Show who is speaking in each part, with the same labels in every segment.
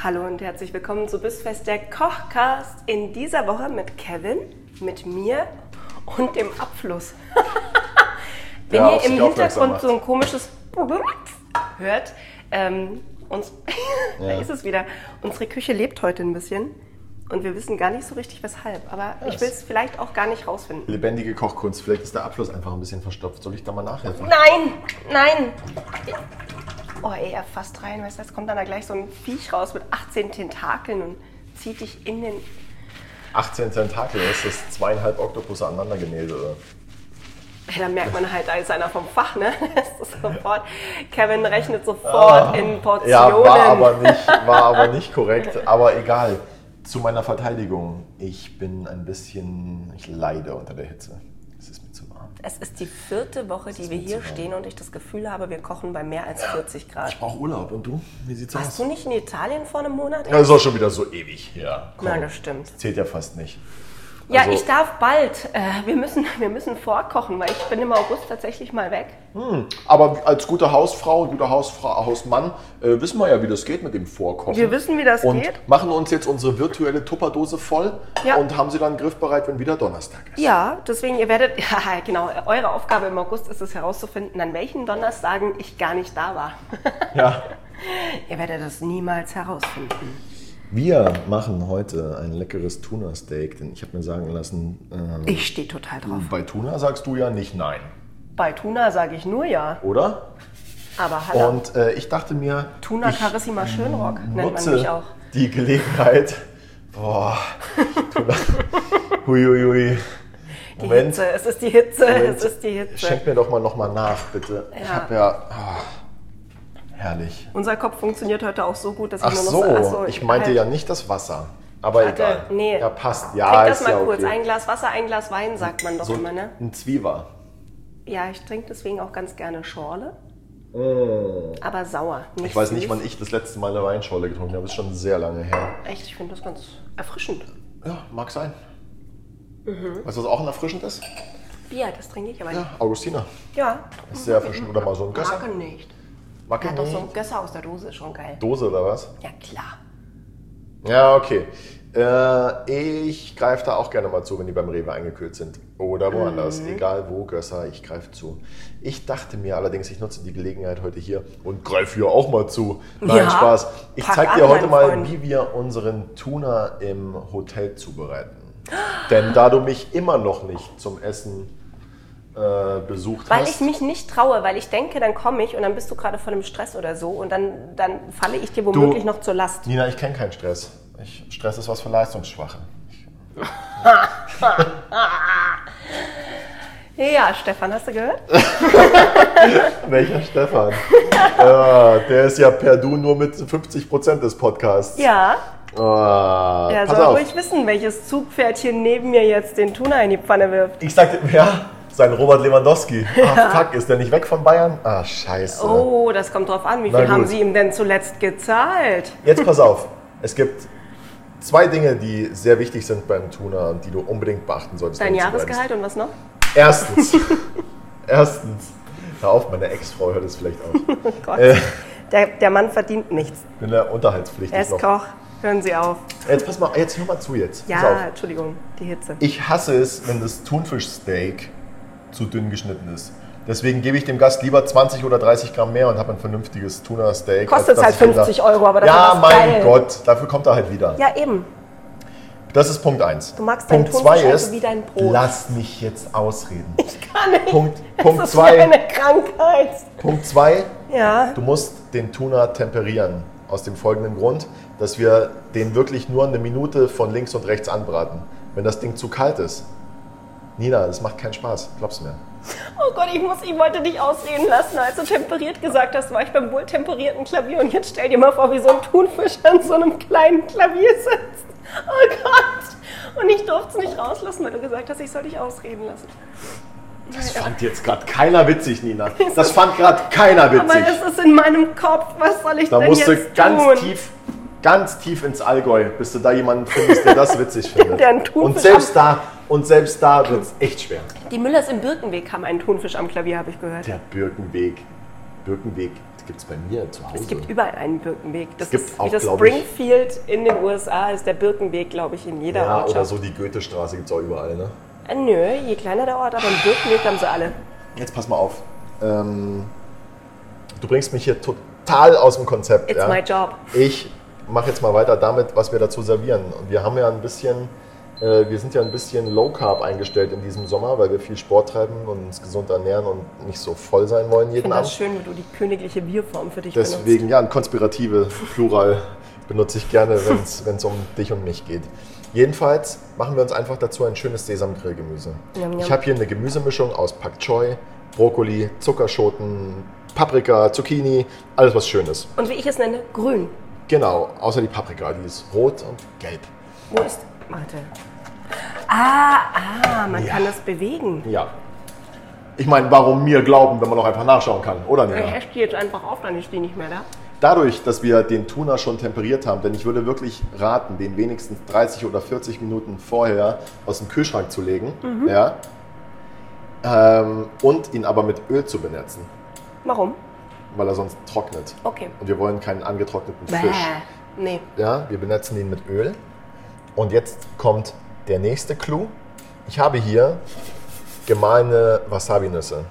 Speaker 1: Hallo und herzlich willkommen zu Bissfest der Kochcast in dieser Woche mit Kevin, mit mir und dem Abfluss. Wenn
Speaker 2: Ja,
Speaker 1: ihr
Speaker 2: auf
Speaker 1: im
Speaker 2: sich
Speaker 1: Hintergrund
Speaker 2: aufmerksam macht.
Speaker 1: so ein komisches hört, ähm, uns, da
Speaker 2: Ja.
Speaker 1: ist es wieder. Unsere Küche lebt heute ein bisschen und wir wissen gar nicht so richtig weshalb, aber ich
Speaker 2: es-
Speaker 1: will es vielleicht auch gar nicht rausfinden.
Speaker 2: Lebendige Kochkunst. Vielleicht ist der Abfluss einfach ein bisschen verstopft. Soll ich da mal nachhelfen?
Speaker 1: Nein, nein! Oh ey, er fasst rein, weißt du, es kommt dann da gleich so ein Viech raus mit 18 Tentakeln und zieht dich in den
Speaker 2: 18 Tentakel, ist das zweieinhalb Oktopusse aneinander genäht, oder?
Speaker 1: Ja, da merkt man halt, da ist einer vom Fach, ne? Das ist sofort. Kevin rechnet sofort in Portionen.
Speaker 2: Ah, Ja, war aber, nicht, war aber nicht korrekt. Aber egal. Zu meiner Verteidigung. Ich bin ein bisschen, ich leide unter der Hitze. Es ist mir zu warm.
Speaker 1: es ist die vierte Woche, die wir
Speaker 2: mir
Speaker 1: hier
Speaker 2: zu warm.
Speaker 1: stehen und ich das Gefühl habe, wir kochen bei mehr als 40 Grad.
Speaker 2: Ich brauche Urlaub. Und du? Wie sieht's
Speaker 1: Warst du nicht in Italien vor einem Monat?
Speaker 2: Das ist auch schon wieder so ewig. Ja, komm.
Speaker 1: Nein, das stimmt.
Speaker 2: Zählt ja fast nicht.
Speaker 1: Ja,
Speaker 2: Also-
Speaker 1: ich darf bald. Äh, wir, müssen, wir müssen vorkochen, weil ich bin im August tatsächlich mal weg.
Speaker 2: Aber als gute Hausfrau, guter Hausfrau, Hausmann äh, wissen wir ja, wie das geht mit dem Vorkochen.
Speaker 1: Wir wissen, wie das
Speaker 2: und
Speaker 1: geht.
Speaker 2: machen uns jetzt unsere virtuelle Tupperdose voll
Speaker 1: Ja.
Speaker 2: und haben sie dann griffbereit, wenn wieder Donnerstag ist.
Speaker 1: Ja, deswegen, ihr werdet, ja, genau, eure Aufgabe im August ist es herauszufinden, an welchen Donnerstagen ich gar nicht da war.
Speaker 2: Ja.
Speaker 1: ihr werdet das niemals herausfinden.
Speaker 2: Wir machen heute ein leckeres Tuna-Steak, denn ich habe mir sagen lassen, äh,
Speaker 1: Ich stehe total drauf.
Speaker 2: bei Tuna sagst du ja nicht nein,
Speaker 1: Bei Tuna sage ich nur ja,
Speaker 2: oder?
Speaker 1: aber hallo.
Speaker 2: Und äh, ich dachte mir,
Speaker 1: Tuna
Speaker 2: ich
Speaker 1: Carissima Schönrock nennt man
Speaker 2: nutze
Speaker 1: mich auch.
Speaker 2: die Gelegenheit. Boah, Tuna. Huiuiui.
Speaker 1: Die
Speaker 2: Moment.
Speaker 1: Hitze, es ist die Hitze,
Speaker 2: Moment,
Speaker 1: es ist die Hitze.
Speaker 2: Schenk mir doch mal nochmal nach, bitte. Ich
Speaker 1: Ja.
Speaker 2: habe ja. ah, herrlich.
Speaker 1: Unser Kopf funktioniert heute auch so gut, dass
Speaker 2: Ach
Speaker 1: ich nur noch
Speaker 2: so,
Speaker 1: so,
Speaker 2: ich meinte ja
Speaker 1: halt.
Speaker 2: nicht das Wasser. Aber
Speaker 1: Warte,
Speaker 2: egal.
Speaker 1: nee.
Speaker 2: Ja, passt.
Speaker 1: Trink
Speaker 2: Ja,
Speaker 1: das
Speaker 2: ist
Speaker 1: mal
Speaker 2: ja
Speaker 1: kurz.
Speaker 2: okay.
Speaker 1: Ein Glas Wasser, ein Glas Wein, sagt man doch
Speaker 2: so
Speaker 1: immer, ne?
Speaker 2: Ein Zwieber.
Speaker 1: Ja, ich trinke deswegen auch ganz gerne Schorle. Aber sauer.
Speaker 2: Oh. Ich weiß nicht,
Speaker 1: süß.
Speaker 2: wann ich das letzte Mal eine Weinschorle getrunken habe. Ist schon sehr lange her.
Speaker 1: Echt, ich finde das ganz erfrischend.
Speaker 2: Ja, mag sein.
Speaker 1: Mhm.
Speaker 2: Weißt du, was auch ein erfrischend ist?
Speaker 1: Bier, das trinke ich aber nicht.
Speaker 2: Ja, Augustiner.
Speaker 1: Ja,
Speaker 2: Ist sehr erfrischend. Oder mal so ein Gösser.
Speaker 1: Marke nicht.
Speaker 2: Macke
Speaker 1: Ja, doch,
Speaker 2: nee.
Speaker 1: so ein Gösser aus der Dose ist schon geil.
Speaker 2: Dose oder was?
Speaker 1: Ja, klar.
Speaker 2: Ja, okay. Äh, ich greife da auch gerne mal zu, wenn die beim Rewe eingekühlt sind. Oder woanders.
Speaker 1: Mhm.
Speaker 2: Egal wo, Gösser, ich greife zu. Ich dachte mir allerdings, ich nutze die Gelegenheit heute hier und greife hier auch mal zu. Nein,
Speaker 1: Ja,
Speaker 2: Spaß. Ich
Speaker 1: pack
Speaker 2: zeige
Speaker 1: an,
Speaker 2: dir heute
Speaker 1: mein
Speaker 2: mal,
Speaker 1: Freund.
Speaker 2: wie wir unseren Tuna im Hotel zubereiten. Denn da du mich immer noch nicht zum Essen äh, besucht
Speaker 1: Weil
Speaker 2: hast.
Speaker 1: ich mich nicht traue, weil ich denke, dann komme ich und dann bist du gerade voll im Stress oder so und dann, dann falle ich dir womöglich noch zur Last.
Speaker 2: Nina, ich kenne keinen Stress. Ich, Stress ist was für Leistungsschwache.
Speaker 1: Ja, Stefan, hast du gehört?
Speaker 2: Äh, Welcher Stefan? ja, der ist ja per Du nur mit 50% des Podcasts.
Speaker 1: Ja.
Speaker 2: Ah,
Speaker 1: Er
Speaker 2: pass
Speaker 1: soll
Speaker 2: auf.
Speaker 1: ruhig wissen, welches Zugpferdchen neben mir jetzt den Tuna in die Pfanne wirft.
Speaker 2: Ich sagte, ja, sein Robert Lewandowski. Ah, fuck, ist der nicht weg von Bayern? Ah, scheiße.
Speaker 1: Oh, das kommt drauf an. Wie
Speaker 2: Na
Speaker 1: viel haben
Speaker 2: gut.
Speaker 1: Sie ihm denn zuletzt gezahlt?
Speaker 2: Jetzt pass auf. Es gibt zwei Dinge, die sehr wichtig sind beim Tuna und die du unbedingt beachten solltest.
Speaker 1: Dein
Speaker 2: wenn du zubereitest.
Speaker 1: Jahresgehalt und was noch?
Speaker 2: Erstens. erstens. Hör auf, meine Ex-Frau hört es vielleicht auch.
Speaker 1: Oh Gott.
Speaker 2: Äh.
Speaker 1: Der, der Mann verdient nichts.
Speaker 2: Bin der unterhaltspflichtig
Speaker 1: Er ist
Speaker 2: noch.
Speaker 1: Koch. Hören Sie auf.
Speaker 2: Jetzt pass mal, jetzt hör mal zu jetzt. Pass auf.
Speaker 1: Ja, Entschuldigung, die Hitze.
Speaker 2: Ich hasse es, wenn das Thunfischsteak zu dünn geschnitten ist. Deswegen gebe ich dem Gast lieber 20 oder 30 Gramm mehr und habe ein vernünftiges Tuna-Steak.
Speaker 1: Kostet
Speaker 2: als dass
Speaker 1: halt
Speaker 2: ich mir da-
Speaker 1: 50 Euro, aber dafür
Speaker 2: Ja,
Speaker 1: war's
Speaker 2: mein
Speaker 1: geil.
Speaker 2: Gott, dafür kommt er halt wieder.
Speaker 1: Ja, eben.
Speaker 2: Das ist Punkt 1.
Speaker 1: Du magst deinen
Speaker 2: Punkt 2
Speaker 1: Thunfisch also
Speaker 2: ist,
Speaker 1: wie dein Brot.
Speaker 2: lass mich jetzt ausreden.
Speaker 1: Ich kann nicht.
Speaker 2: Punkt-
Speaker 1: das
Speaker 2: Punkt
Speaker 1: ist
Speaker 2: zwei.
Speaker 1: eine Krankheit.
Speaker 2: Punkt 2,
Speaker 1: Ja.
Speaker 2: du musst den Tuna temperieren. Aus dem folgenden Grund, dass wir den wirklich nur eine Minute von links und rechts anbraten. Wenn das Ding zu kalt ist, Nina, es macht keinen Spaß, glaub's mir.
Speaker 1: Oh Gott, ich, muss, ich wollte dich ausreden lassen. Als du temperiert gesagt hast, war ich beim wohltemperierten Klavier. Und jetzt stell dir mal vor, wie so ein Thunfisch an so einem kleinen Klavier sitzt. Oh Gott. Und ich durfte es nicht rauslassen, weil du gesagt hast, ich soll dich ausreden lassen.
Speaker 2: Das fand jetzt gerade keiner witzig, Nina. Das fand gerade keiner
Speaker 1: Aber es
Speaker 2: witzig.
Speaker 1: ist in meinem Kopf. Was soll ich
Speaker 2: Da
Speaker 1: denn
Speaker 2: musst du
Speaker 1: jetzt
Speaker 2: ganz
Speaker 1: tun?
Speaker 2: tief, ganz tief ins Allgäu, bis du da jemanden findest, der das witzig findet.
Speaker 1: Der einen Thunfisch
Speaker 2: und selbst da, und selbst da wird's echt schwer.
Speaker 1: Die Müllers im Birkenweg haben einen Thunfisch am Klavier, habe ich gehört.
Speaker 2: Der Birkenweg. Birkenweg gibt's bei mir zu Hause.
Speaker 1: Es gibt überall einen Birkenweg. Das
Speaker 2: gibt
Speaker 1: ist
Speaker 2: auch,
Speaker 1: wie das
Speaker 2: glaub ich-
Speaker 1: Springfield in den USA ist der Birkenweg, glaube ich, in jeder
Speaker 2: ja,
Speaker 1: Ortschaft.
Speaker 2: oder so die Goethestraße gibt's auch überall, ne?
Speaker 1: Äh, nö, je kleiner der Ort, aber einen Birkenweg haben sie alle.
Speaker 2: Jetzt pass mal auf. Ähm, du bringst mich hier total aus dem Konzept.
Speaker 1: It's
Speaker 2: ja?
Speaker 1: my job.
Speaker 2: Ich mache jetzt mal weiter damit, was wir dazu servieren. Und wir haben ja ein bisschen, äh, wir sind ja ein bisschen Low Carb eingestellt in diesem Sommer, weil wir viel Sport treiben und uns gesund ernähren und nicht so voll sein wollen
Speaker 1: Ich
Speaker 2: jeden
Speaker 1: finde das
Speaker 2: Abend.
Speaker 1: schön, wie du die königliche Wir-Form für dich benutzt.
Speaker 2: Genau. Deswegen, ja, ein konspirative Plural benutze ich gerne, wenn es um dich und mich geht. Jedenfalls machen wir uns einfach dazu ein schönes Sesamgrillgemüse.
Speaker 1: Yum, yum.
Speaker 2: Ich habe hier eine Gemüsemischung aus Pak Choi, Brokkoli, Zuckerschoten, Paprika, Zucchini, alles was schön ist.
Speaker 1: Und wie ich es nenne, grün.
Speaker 2: Genau, außer die Paprika, die ist rot und gelb.
Speaker 1: Wo ist. Warte. Ah, ah, man
Speaker 2: Ja.
Speaker 1: kann das bewegen.
Speaker 2: Ja. Ich meine, warum mir glauben, wenn man auch einfach nachschauen kann, oder
Speaker 1: Ich
Speaker 2: Nina?
Speaker 1: esse die jetzt einfach auf, dann ist die nicht mehr da.
Speaker 2: Dadurch, dass wir den Tuna schon temperiert haben, denn ich würde wirklich raten, den wenigstens 30 oder 40 Minuten vorher aus dem Kühlschrank zu legen, ja, ähm, und ihn aber mit Öl zu benetzen,
Speaker 1: Warum?
Speaker 2: weil er sonst trocknet.
Speaker 1: Okay.
Speaker 2: Und wir wollen keinen angetrockneten Fisch.
Speaker 1: Nee.
Speaker 2: Ja, wir benetzen ihn mit Öl. Und jetzt kommt der nächste Clou. Ich habe hier gemahlene Wasabi-Nüsse.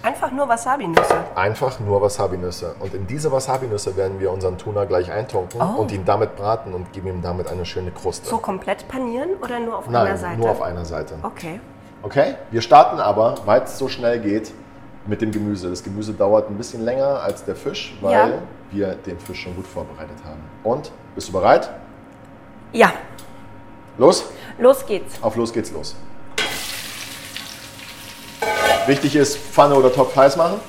Speaker 1: Einfach nur Wasabi-Nüsse.
Speaker 2: Einfach nur Wasabi-Nüsse. Und in diese Wasabi-Nüsse werden wir unseren Tuna gleich eintunken und ihn damit braten und geben ihm damit eine schöne Kruste.
Speaker 1: Oh. So komplett panieren oder nur auf einer
Speaker 2: Nein,
Speaker 1: Seite? Oh.
Speaker 2: nur auf einer Seite.
Speaker 1: Okay.
Speaker 2: Okay? Wir starten aber, weil es so schnell geht, mit dem Gemüse. Das Gemüse dauert ein bisschen länger als der Fisch, weil
Speaker 1: Ja.
Speaker 2: wir den Fisch schon gut vorbereitet haben. Und, bist du bereit?
Speaker 1: Ja,
Speaker 2: Los?
Speaker 1: los geht's.
Speaker 2: Auf los geht's los. Wichtig ist, Pfanne oder Topf heiß machen.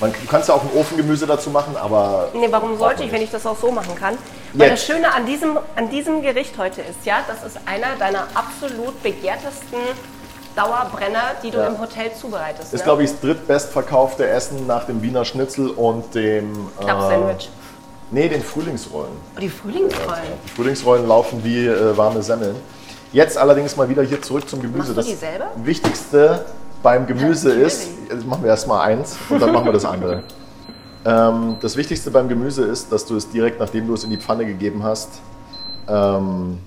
Speaker 2: Man, du kannst ja auch ein Ofengemüse dazu machen, aber
Speaker 1: Nee, warum
Speaker 2: Braucht
Speaker 1: sollte
Speaker 2: man
Speaker 1: ich,
Speaker 2: nicht.
Speaker 1: wenn ich das auch so machen kann? Weil
Speaker 2: Jetzt.
Speaker 1: das Schöne an diesem, an diesem Gericht heute ist, ja, das ist einer deiner absolut begehrtesten Dauerbrenner, die du
Speaker 2: Ja.
Speaker 1: im Hotel zubereitest.
Speaker 2: ist,
Speaker 1: ne?
Speaker 2: glaube ich, das drittbestverkaufte Essen nach dem Wiener Schnitzel und dem. äh,
Speaker 1: Klappsandwich.
Speaker 2: Ah. nee, den Frühlingsrollen.
Speaker 1: Oh, Die Frühlingsrollen.
Speaker 2: Die Frühlingsrollen laufen wie äh, warme Semmeln. Jetzt allerdings mal wieder hier zurück zum Gemüse.
Speaker 1: Machst du die selber?
Speaker 2: Wichtigste beim Gemüse
Speaker 1: Natürlich.
Speaker 2: ist, jetzt machen wir erstmal eins und dann machen wir das andere. ähm, das Wichtigste beim Gemüse ist, dass du es direkt nachdem du es in die Pfanne gegeben hast, ähm,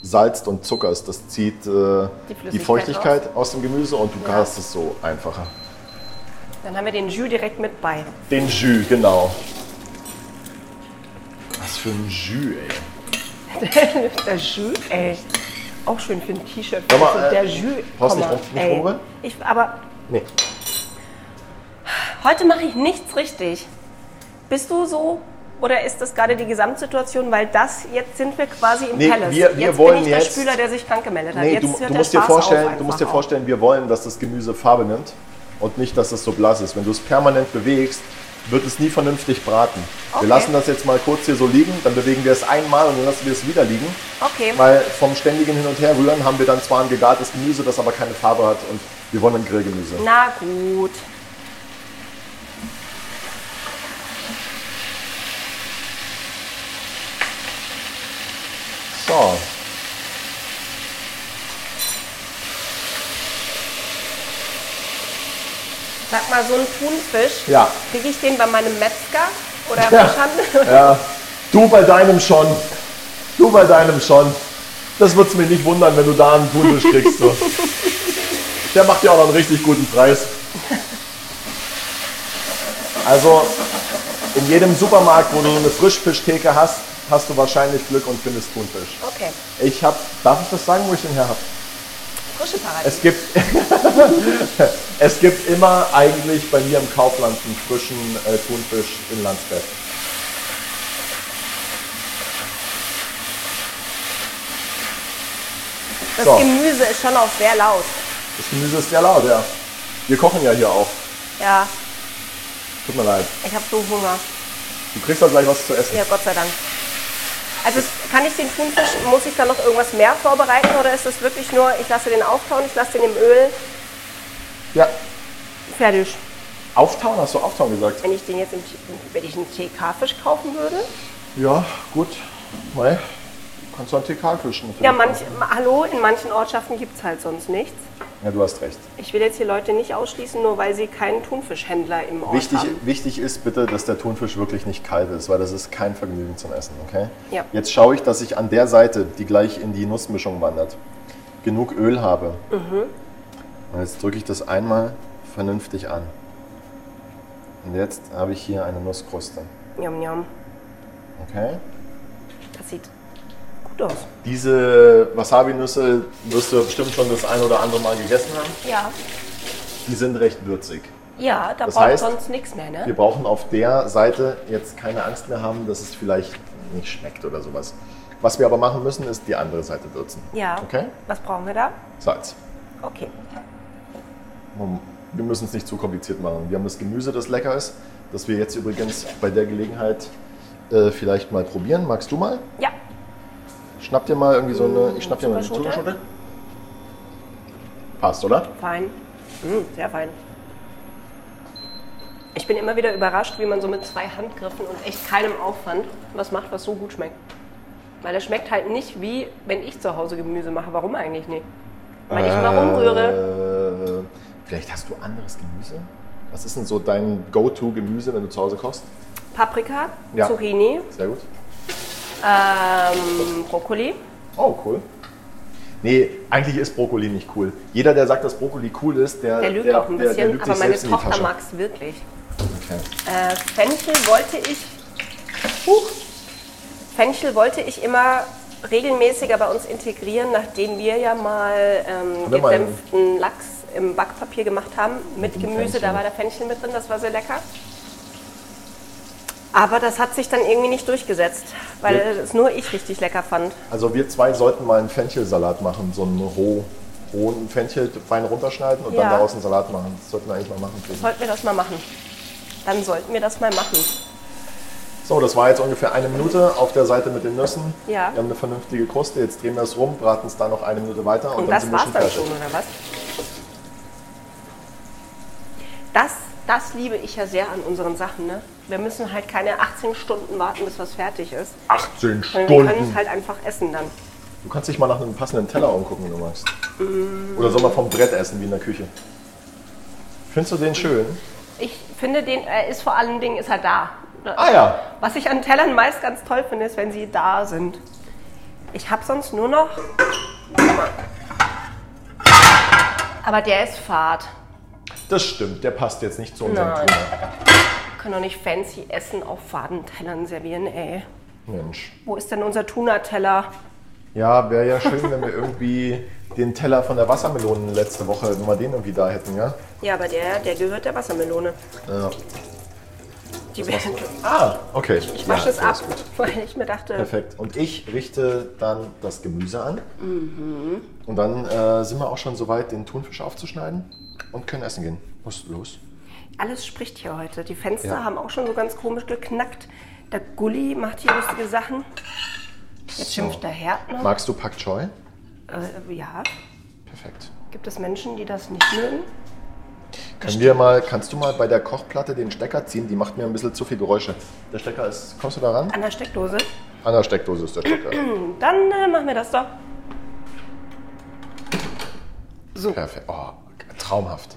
Speaker 2: salzt und zuckerst. Das zieht äh, die,
Speaker 1: Flüssigkeit
Speaker 2: Feuchtigkeit aus dem Gemüse und du garst es so einfacher.
Speaker 1: Dann haben wir den Jus direkt mit bei.
Speaker 2: Den Jus, genau. Was für ein Jus, ey.
Speaker 1: Der Jus, ey. Auch schön für ein T-Shirt. Also
Speaker 2: Sag mal, äh,
Speaker 1: der Jus.
Speaker 2: brauchst
Speaker 1: Komma,
Speaker 2: nicht rum- nicht
Speaker 1: ey.
Speaker 2: rumrühren?
Speaker 1: Ich, aber
Speaker 2: Nee,
Speaker 1: Heute mache ich nichts richtig. Bist du so oder ist das gerade die Gesamtsituation? Weil das, jetzt sind wir quasi im
Speaker 2: Nee,
Speaker 1: Palace.
Speaker 2: wir- wir
Speaker 1: jetzt
Speaker 2: wollen
Speaker 1: bin ich der
Speaker 2: jetzt-
Speaker 1: Spüler, der sich krank gemeldet hat.
Speaker 2: Nee,
Speaker 1: jetzt
Speaker 2: du,
Speaker 1: hört
Speaker 2: du,
Speaker 1: der
Speaker 2: musst dir
Speaker 1: Spaß auf
Speaker 2: vorstellen, du
Speaker 1: einfach
Speaker 2: musst dir
Speaker 1: auch.
Speaker 2: vorstellen, wir wollen, dass das Gemüse Farbe nimmt und nicht, dass es so blass ist. Wenn du es permanent bewegst, wird es nie vernünftig braten.
Speaker 1: Okay.
Speaker 2: Wir lassen das jetzt mal kurz hier so liegen, dann bewegen wir es einmal und dann lassen wir es wieder liegen.
Speaker 1: Okay.
Speaker 2: Weil vom ständigen Hin- und Herrühren haben wir dann zwar ein gegartes Gemüse, das aber keine Farbe hat und wir wollen ein Grillgemüse.
Speaker 1: Na gut.
Speaker 2: So.
Speaker 1: Sag mal, so ein Thunfisch,
Speaker 2: Ja.
Speaker 1: kriege ich den bei meinem Metzger oder
Speaker 2: Ja.
Speaker 1: Fischhandel?
Speaker 2: Ja, du bei deinem schon. Du bei deinem schon. Das würde es mich nicht wundern, wenn du da einen Thunfisch kriegst. So. Der macht ja auch noch einen richtig guten Preis. Also in jedem Supermarkt, wo du eine Frischfischtheke hast, hast du wahrscheinlich Glück und findest Thunfisch.
Speaker 1: Okay,
Speaker 2: Ich hab, darf ich das sagen, wo ich den her habe?
Speaker 1: frische Paradies.
Speaker 2: Es gibt, es gibt immer eigentlich bei mir im Kaufland einen frischen äh, Thunfisch in Landsberg.
Speaker 1: Das
Speaker 2: So.
Speaker 1: Gemüse ist schon auch sehr laut.
Speaker 2: Das Gemüse ist sehr laut, ja. Wir kochen ja hier auch.
Speaker 1: Ja,
Speaker 2: Tut mir leid.
Speaker 1: ich habe so Hunger.
Speaker 2: Du kriegst doch gleich was zu essen.
Speaker 1: Ja, Gott sei Dank. Also kann ich den Thunfisch, muss ich da noch irgendwas mehr vorbereiten oder ist das wirklich nur, ich lasse den auftauen, ich lasse den im Öl,
Speaker 2: Ja.
Speaker 1: fertig.
Speaker 2: Auftauen, hast du Auftauen gesagt?
Speaker 1: Wenn ich den jetzt, im, T- wenn ich einen TK-Fisch kaufen würde?
Speaker 2: Ja, gut. Mei. Du kannst du einen TK-Fisch natürlich.
Speaker 1: Ja, manch, hallo, in manchen Ortschaften gibt es halt sonst nichts.
Speaker 2: ja, du hast recht.
Speaker 1: Ich will jetzt hier Leute nicht ausschließen, nur weil sie keinen Thunfischhändler im Ort
Speaker 2: Wichtig,
Speaker 1: haben.
Speaker 2: wichtig ist bitte, dass der Thunfisch wirklich nicht kalt ist, weil das ist kein Vergnügen zum Essen, okay?
Speaker 1: Ja.
Speaker 2: Jetzt schaue ich, dass ich an der Seite, die gleich in die Nussmischung wandert, genug Öl habe.
Speaker 1: Mhm.
Speaker 2: Und jetzt drücke ich das einmal vernünftig an. Und jetzt habe ich hier eine Nusskruste,
Speaker 1: Njam, njam.
Speaker 2: okay?
Speaker 1: Das sieht gut aus.
Speaker 2: Diese Wasabi-Nüsse wirst du bestimmt schon das ein oder andere Mal gegessen haben.
Speaker 1: Ja,
Speaker 2: Die sind recht würzig.
Speaker 1: ja, da
Speaker 2: Das
Speaker 1: braucht
Speaker 2: heißt,
Speaker 1: sonst nichts mehr, ne?
Speaker 2: Wir brauchen auf der Seite jetzt keine Angst mehr haben, dass es vielleicht nicht schmeckt oder sowas. Was wir aber machen müssen, ist die andere Seite würzen.
Speaker 1: Ja.
Speaker 2: Okay?
Speaker 1: Was brauchen wir da?
Speaker 2: Salz. Hm.
Speaker 1: Okay.
Speaker 2: Wir müssen es nicht zu kompliziert machen. Wir haben das Gemüse, das lecker ist, das wir jetzt übrigens bei der Gelegenheit äh, vielleicht mal probieren. Magst du mal?
Speaker 1: Ja,
Speaker 2: Schnapp dir mal irgendwie so eine. Ich schnapp dir mal eine
Speaker 1: Zuckerschote?
Speaker 2: Zuckerschote. Passt, oder?
Speaker 1: fein. Mm, sehr fein. Ich bin immer wieder überrascht, wie man so mit zwei Handgriffen und echt keinem Aufwand was macht, was so gut schmeckt. Weil es schmeckt halt nicht wie, wenn ich zu Hause Gemüse mache. Warum eigentlich nicht? Weil ich mal rumrühre.
Speaker 2: Äh, vielleicht hast du anderes Gemüse? Was ist denn so dein Go-To-Gemüse, wenn du zu Hause kochst?
Speaker 1: Paprika,
Speaker 2: Ja.
Speaker 1: Zucchini,
Speaker 2: Sehr gut.
Speaker 1: ähm, Brokkoli.
Speaker 2: Oh, cool. Nee, eigentlich ist Brokkoli nicht cool. Jeder, der sagt, dass Brokkoli cool ist, der,
Speaker 1: Der lügt auch ein
Speaker 2: der-
Speaker 1: bisschen,
Speaker 2: der lügt
Speaker 1: aber
Speaker 2: sich
Speaker 1: meine
Speaker 2: selbst in die
Speaker 1: Tochter
Speaker 2: Tasche.
Speaker 1: mag es wirklich.
Speaker 2: Okay.
Speaker 1: Äh, Fenchel wollte ich. Huch, Fenchel wollte ich immer regelmäßiger bei uns integrieren, nachdem wir ja mal ähm,
Speaker 2: wir mal
Speaker 1: gedämpften Lachs im Backpapier gemacht haben mit
Speaker 2: dem
Speaker 1: Gemüse.
Speaker 2: Fenchel.
Speaker 1: Da war der Fenchel mit drin, das war sehr lecker. Aber das hat sich dann irgendwie nicht durchgesetzt, weil
Speaker 2: Ja.
Speaker 1: es nur ich richtig lecker fand.
Speaker 2: Also wir zwei sollten mal einen Fenchelsalat machen, so einen roh, rohen Fenchel fein runterschneiden und
Speaker 1: Ja.
Speaker 2: dann daraus einen Salat machen. Das sollten wir eigentlich mal machen. Kriegen.
Speaker 1: Sollten wir das mal machen? Dann sollten wir das mal machen.
Speaker 2: So, das war jetzt ungefähr eine Minute auf der Seite mit den Nüssen.
Speaker 1: Ja.
Speaker 2: Wir haben eine vernünftige Kruste. Jetzt drehen wir es rum, braten es da noch eine Minute weiter und,
Speaker 1: Und
Speaker 2: dann
Speaker 1: das
Speaker 2: sind wir
Speaker 1: war's
Speaker 2: schon
Speaker 1: dann
Speaker 2: fertig.
Speaker 1: schon, oder was? Das, das liebe ich ja sehr an unseren Sachen. Ne? Wir müssen halt keine 18 Stunden warten, bis was fertig ist.
Speaker 2: 18
Speaker 1: Wir
Speaker 2: Stunden.
Speaker 1: können es halt einfach essen dann.
Speaker 2: Du kannst dich mal nach einem passenden Teller umgucken, wenn du magst. Oder soll man vom Brett essen, wie in der Küche? Findest du den schön?
Speaker 1: Ich finde, den, er ist vor allen Dingen ist er da.
Speaker 2: Ah ja,
Speaker 1: Was ich an Tellern meist ganz toll finde, ist, wenn sie da sind. Ich habe sonst nur noch. Aber der ist fad.
Speaker 2: das stimmt. Der passt jetzt nicht zu unserem
Speaker 1: Nein.
Speaker 2: Thema.
Speaker 1: Wir können doch nicht fancy Essen auf faden Tellern servieren, ey.
Speaker 2: Mensch.
Speaker 1: Wo ist denn unser Tuna-Teller?
Speaker 2: Ja, wäre ja schön, wenn wir irgendwie den Teller von der Wassermelone letzte Woche, wenn wir den irgendwie da hätten, ja?
Speaker 1: Ja, aber der, der gehört der Wassermelone.
Speaker 2: Ja.
Speaker 1: Die
Speaker 2: Ah, okay.
Speaker 1: ich wasche
Speaker 2: ja,
Speaker 1: es
Speaker 2: okay,
Speaker 1: ab,
Speaker 2: ist gut.
Speaker 1: weil ich mir dachte,
Speaker 2: Perfekt. Und ich richte dann das Gemüse an.
Speaker 1: Mhm.
Speaker 2: Und dann äh, sind wir auch schon soweit, den Thunfisch aufzuschneiden und können essen gehen. Muss los.
Speaker 1: alles spricht hier heute. Die Fenster
Speaker 2: Ja.
Speaker 1: haben auch schon so ganz komisch geknackt. Der Gulli macht hier lustige Sachen. Jetzt schimpft der Herd noch.
Speaker 2: Magst du Pak Choi?
Speaker 1: Äh, ja,
Speaker 2: Perfekt.
Speaker 1: gibt es Menschen, die das nicht mögen?
Speaker 2: Können wir mal, kannst du mal bei der Kochplatte den Stecker ziehen? Die macht mir ein bisschen zu viel Geräusche. Der Stecker ist, kommst du da ran?
Speaker 1: An der Steckdose.
Speaker 2: An der Steckdose ist der Stecker.
Speaker 1: Und dann äh, machen wir das doch.
Speaker 2: Perfekt. Oh, traumhaft.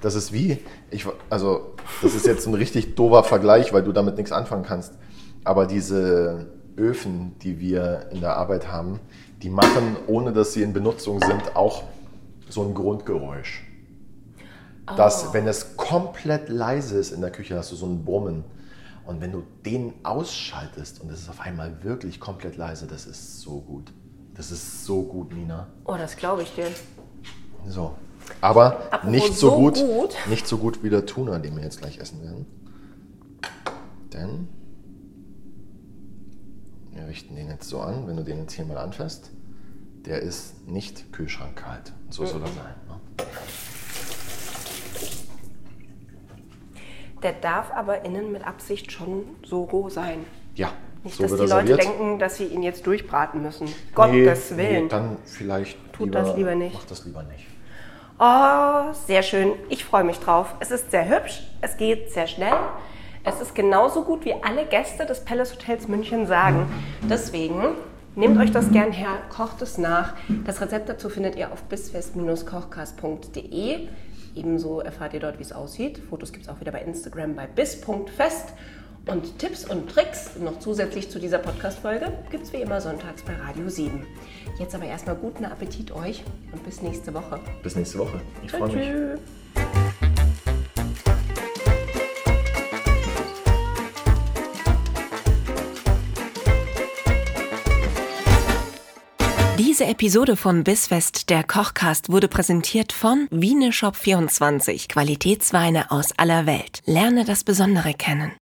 Speaker 2: Das ist wie, ich, also, das ist jetzt ein richtig dober Vergleich, weil du damit nichts anfangen kannst. Aber diese Öfen, die wir in der Arbeit haben, die machen, ohne dass sie in Benutzung sind, auch so ein Grundgeräusch. dass wenn es komplett leise ist in der Küche, hast du so ein Brummen. Und wenn du den ausschaltest und es ist auf einmal wirklich komplett leise, das ist so gut. Das ist so gut, Nina.
Speaker 1: Oh, das glaube ich dir.
Speaker 2: So. Aber
Speaker 1: Apropos
Speaker 2: nicht so,
Speaker 1: so
Speaker 2: gut,
Speaker 1: gut.
Speaker 2: nicht so gut wie der Tuna, den wir jetzt gleich essen werden. Denn wir richten den jetzt so an, wenn du den jetzt hier mal anfasst, der ist nicht kühlschrankkalt. So soll
Speaker 1: Mhm.
Speaker 2: er sein. Ne?
Speaker 1: Der darf aber innen mit Absicht schon so roh sein.
Speaker 2: Ja,
Speaker 1: Nicht,
Speaker 2: so
Speaker 1: dass
Speaker 2: wird
Speaker 1: die
Speaker 2: er
Speaker 1: Leute
Speaker 2: serviert.
Speaker 1: denken, dass sie ihn jetzt durchbraten müssen.
Speaker 2: Nee,
Speaker 1: Gottes Willen.
Speaker 2: Nee, dann vielleicht
Speaker 1: Tut das lieber nicht.
Speaker 2: Macht das lieber nicht.
Speaker 1: Oh, sehr schön. Ich freue mich drauf. Es ist sehr hübsch, es geht sehr schnell. Es ist genauso gut, wie alle Gäste des Palace Hotels München sagen. Deswegen nehmt euch das gern her, kocht es nach. Das Rezept dazu findet ihr auf bisfest-kochkast.de. Ebenso erfahrt ihr dort, wie es aussieht. Fotos gibt es auch wieder bei Instagram bei bis.fest. Und Tipps und Tricks noch zusätzlich zu dieser Podcast-Folge gibt es wie immer sonntags bei Radio 7. Jetzt aber erstmal guten Appetit euch und bis nächste Woche.
Speaker 2: Bis nächste Woche. Ich freue mich.
Speaker 1: Tschüss.
Speaker 3: Diese Episode von Bissfest, der Kochcast, wurde präsentiert von Wieneshop24, Qualitätsweine aus aller Welt. Lerne das Besondere kennen.